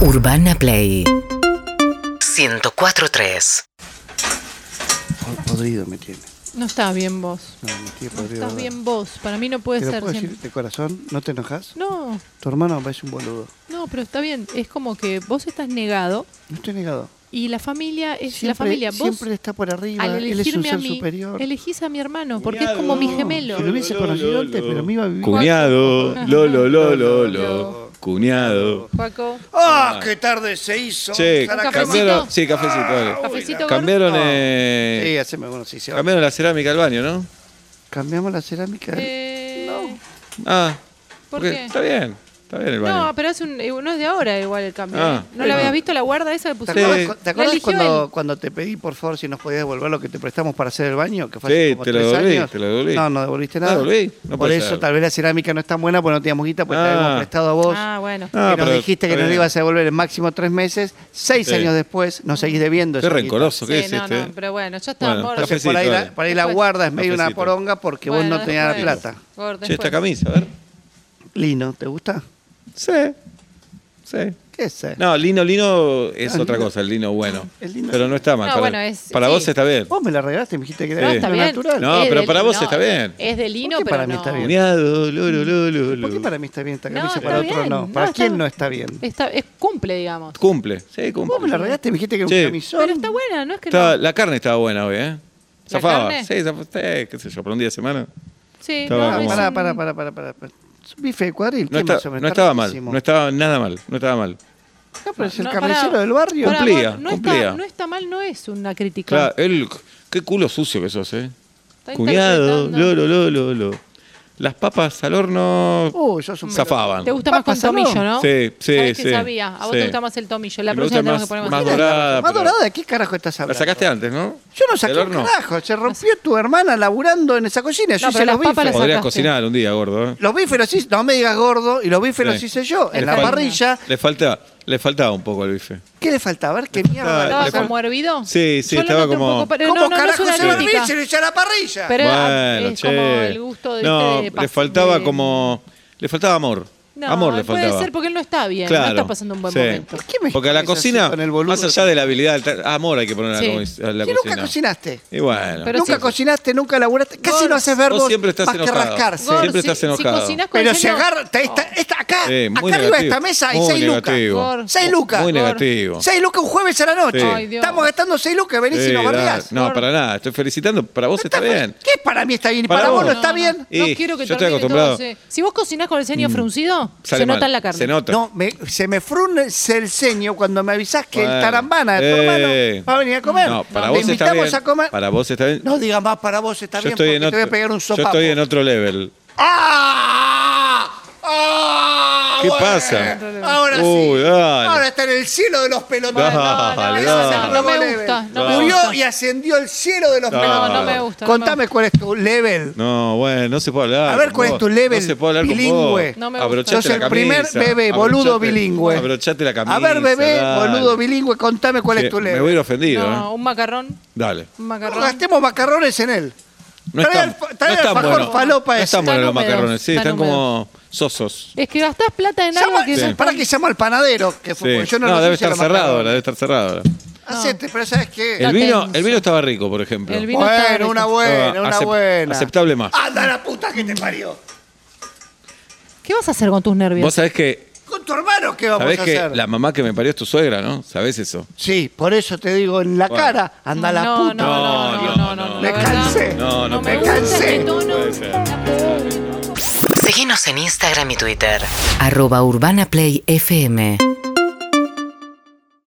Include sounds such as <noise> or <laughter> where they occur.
Urbana Play 104.3 Pod- Podrido me tiene. No estás bien vos. No, me tiene No podrido. estás ¿verdad? bien vos. Para mí no puede ¿Te lo ser. puedo siempre. decir de corazón? ¿No te enojas? No, Tu hermano me parece un boludo. no, pero está bien. Es como que vos estás negado No estoy negado. y la familia es Siempre, la familia. Vos siempre está por arriba. al Él es un elegirme a ser mí, superior. elegís a mi hermano porque es como mi gemelo. Si lo hubiese conocido antes, pero me iba a vivir. Cuñado, lolo, lolo, lolo. Cuñado. Paco, ¡Ah, qué tarde se hizo! Che, Sara ¿Un Cama. cafecito? cambiaron. Sí, cafecito. dale. cafecito Gordo? Cambiaron, Sí, eh, haceme bueno, sí, se va. cambiaron la cerámica al baño, ¿no? Cambiamos la cerámica. Eh, Ah, ¿Por porque- qué? Está bien, está bien el No, baño. pero hace un, eh, no es de ahora igual el cambio. Ah, ¿eh? ¿No la habías visto la guarda esa ¿Te que pusieron? acordás, Sí. cu- te La acordás eligió cuando, él. cuando te pedí por favor si nos podías devolver lo que te prestamos para hacer el baño? Que fue Sí, hace como te lo tres devolví, años. te lo devolví. No, no devolviste ¿No nada. devolví? No por puede eso ser. tal vez la cerámica no es tan buena porque no teníamos guita porque te Ah. la habíamos prestado a vos. Ah, bueno. Ah, que nos pero dijiste que está nos lo bien. ibas a devolver en máximo tres meses, seis Sí. años después nos seguís debiendo. Qué esa guita. rencoroso, ¿qué Sí, es no, este? no, pero bueno, ya está. Bueno, amor. Entonces Cafecito, por ahí, la, dale. por ahí la Después. guarda es medio una Cafecito. poronga porque vos Bueno, no tenías la después. plata. Gordo, Che, esta después. camisa, a ver. Lino, ¿te gusta? Sí, sí. ¿Qué sé? No, lino, lino es Ah, otra lino. cosa, el lino bueno. El lino. Oh, Pero no está mal. No, para bueno, es- para sí. vos está bien. Vos me la regalaste y me dijiste que No, era está bien. Eh, natural. No, Es pero de- para vos está bien. Es de lino, ¿Por qué pero para mí no. está bien? Cuñado, lolo, lolo, ¿Por qué lolo. para mí está bien esta No, camisa y está para otro bien. no? ¿Para No, quién está- no está bien? Está- es cumple, digamos. Cumple, sí, Vos me cumple. la regalaste y me dijiste que era Sí. un camisón. Ah, Pero está buena, no es que Estaba- no. La carne estaba buena hoy, ¿eh? Zafaba. carne? Sí, zaf- sí, qué sé yo, para un día de semana. Sí, estaba no, como- es Pará, un- pará, pará, pará, pará. Es un bife de cuadril. No, ¿qué está- más o menos? no estaba mal, riquísimo. no estaba nada mal, no estaba mal. No, pero es el No, pará. carnicero del barrio. Pará, Cumplía, amor, no cumplía. Está, no está mal, no es una crítica. Claro, él, qué culo sucio que sos, ¿eh? Está Cuñado, interpretando. Uh, lolo, lolo, lolo. Las papas al horno Uy, sos un zafaban. Te gusta más con Papas al tomillo, horno. ¿no? Sí, sí, Sabés que sí, sabía. A vos sí. te gusta más el tomillo. La Me gusta próxima tenemos que más- poner más tomillo. dorada. ¿Más pero- dorada de qué carajo estás La hablando? sacaste antes, ¿no? Yo no saqué Del un horno. carajo. Se rompió tu hermana laburando en esa cocina. Yo No, hice los pero las papas bifes. las- Podrías sacaste. cocinar un día, gordo, ¿eh? Los bifes los hice, no me digas gordo, y los bifes Sí. los hice yo, en Le la falta- parrilla. Le faltaba, le faltaba un poco el bife. ¿Qué le faltaba? A ver qué mierda. le faltaba- ¿Estaba Le pasaba. como hervido? Sí, sí, Yo lo estaba noté un como- poco, pero ¿Cómo no, no, no es carajo una se va a hervir? crítica. Se lo hice a la parrilla. Pero ah, bueno, es che. como el gusto de no, este de le pas- faltaba de- como. Le faltaba amor. No, amor le faltaba. Puede ser porque él no está bien. Claro, No está pasando un buen sí. momento. ¿Por qué me Porque a la jodes así cocina, con el boludo? más allá de la habilidad, del tra- ah, amor hay que poner a la, Sí. comi- a la Si cocina. nunca cocinaste. Y bueno, Pero nunca sí. cocinaste, nunca laburaste. Casi Gordo. no haces verbos Vos siempre estás más enojado. que rascarse. Gordo. Gor, Siempre si- estás enojado. Si cocinás con Oh. Pero se lleno- agarra, te- esta- esta- acá, Sí, muy acá arriba de negativo. esta mesa hay Muy 6 lucas. negativo. Gor. 6 lucas. Muy Gor. negativo. 6 lucas un jueves a la noche. Sí. Ay, Dios. Estamos gastando 6 lucas, venís Sí, y nos da- bardeás. No, para nada. Estoy felicitando. Para vos está bien. ¿Qué para mí está bien? ¿Y Para para, vos vos. no está bien? No Y quiero que yo estoy termine acostumbrado. Mm. todo, sí. Si vos cocinás con el ceño fruncido, Sale se nota mal. en la carne. Se nota. No, me- se me frunce el ceño cuando me avisás que Bueno. el tarambana de tu Eh. hermano va a venir a comer. No, para Te vos está invitamos bien. a comer. Para vos está bien. No digas más para vos está yo bien estoy porque en te otro. voy a pegar un yo sopapo. estoy en otro level. ¡Ah! ¡Ah! ¿Qué Bueno, pasa? Ahora Uy, sí. dale. Ahora está en el cielo de los pelotones. Dale, no, dale. no me gusta, no me Murió gusta. y ascendió el cielo de los No, pelotones. no me gusta, no me Contame cuál es tu level. No, bueno, no se puede hablar. A ver, con ¿cuál es vos. tu level No se puede hablar con bilingüe? vos. No me gusta. Abrochate Sos la el primer camisa, bebé, boludo abrochate- bilingüe. Abrochate la camisa. A ver, bebé, dale. boludo bilingüe, contame cuál Sí, es tu Me voy a level. ir ofendido, No, ¿eh? un macarrón, Dale. un No macarrón. gastemos macarrones en él. No Trae están, alfa- no trae están alfajor buenos. falopa No ese. están buenos los Están húmedos, macarrones, sí, están están como sosos. Es que gastás plata en algo Llama- que... no- Para que llama al panadero, que fue, Sí. porque yo no, no, lo debe hice estar los cerrado, macarrones. ahora, debe estar cerrado. ahora. Hacete, pero ¿sabes qué? El vino, tenso. el vino estaba rico, por ejemplo. El vino Ah, está Bueno, rico. una buena, Estaba una acep- buena. Aceptable <laughs> más. Anda la puta que te parió. ¿Qué vas a hacer con tus Vos nervios? sabés que, Con tu hermano, ¿qué vamos sabés a que hacer? la mamá que me parió es tu suegra, ¿no? ¿Sabés eso? Sí, por eso te digo en la Bueno. cara, anda la no, puta. no, no, no, no, no, no, Me la verdad, cansé. No, no No me puede gusta ser. cansé. este tono. Puede ser. Seguinos en Instagram y Twitter Arroba Urbana Play FM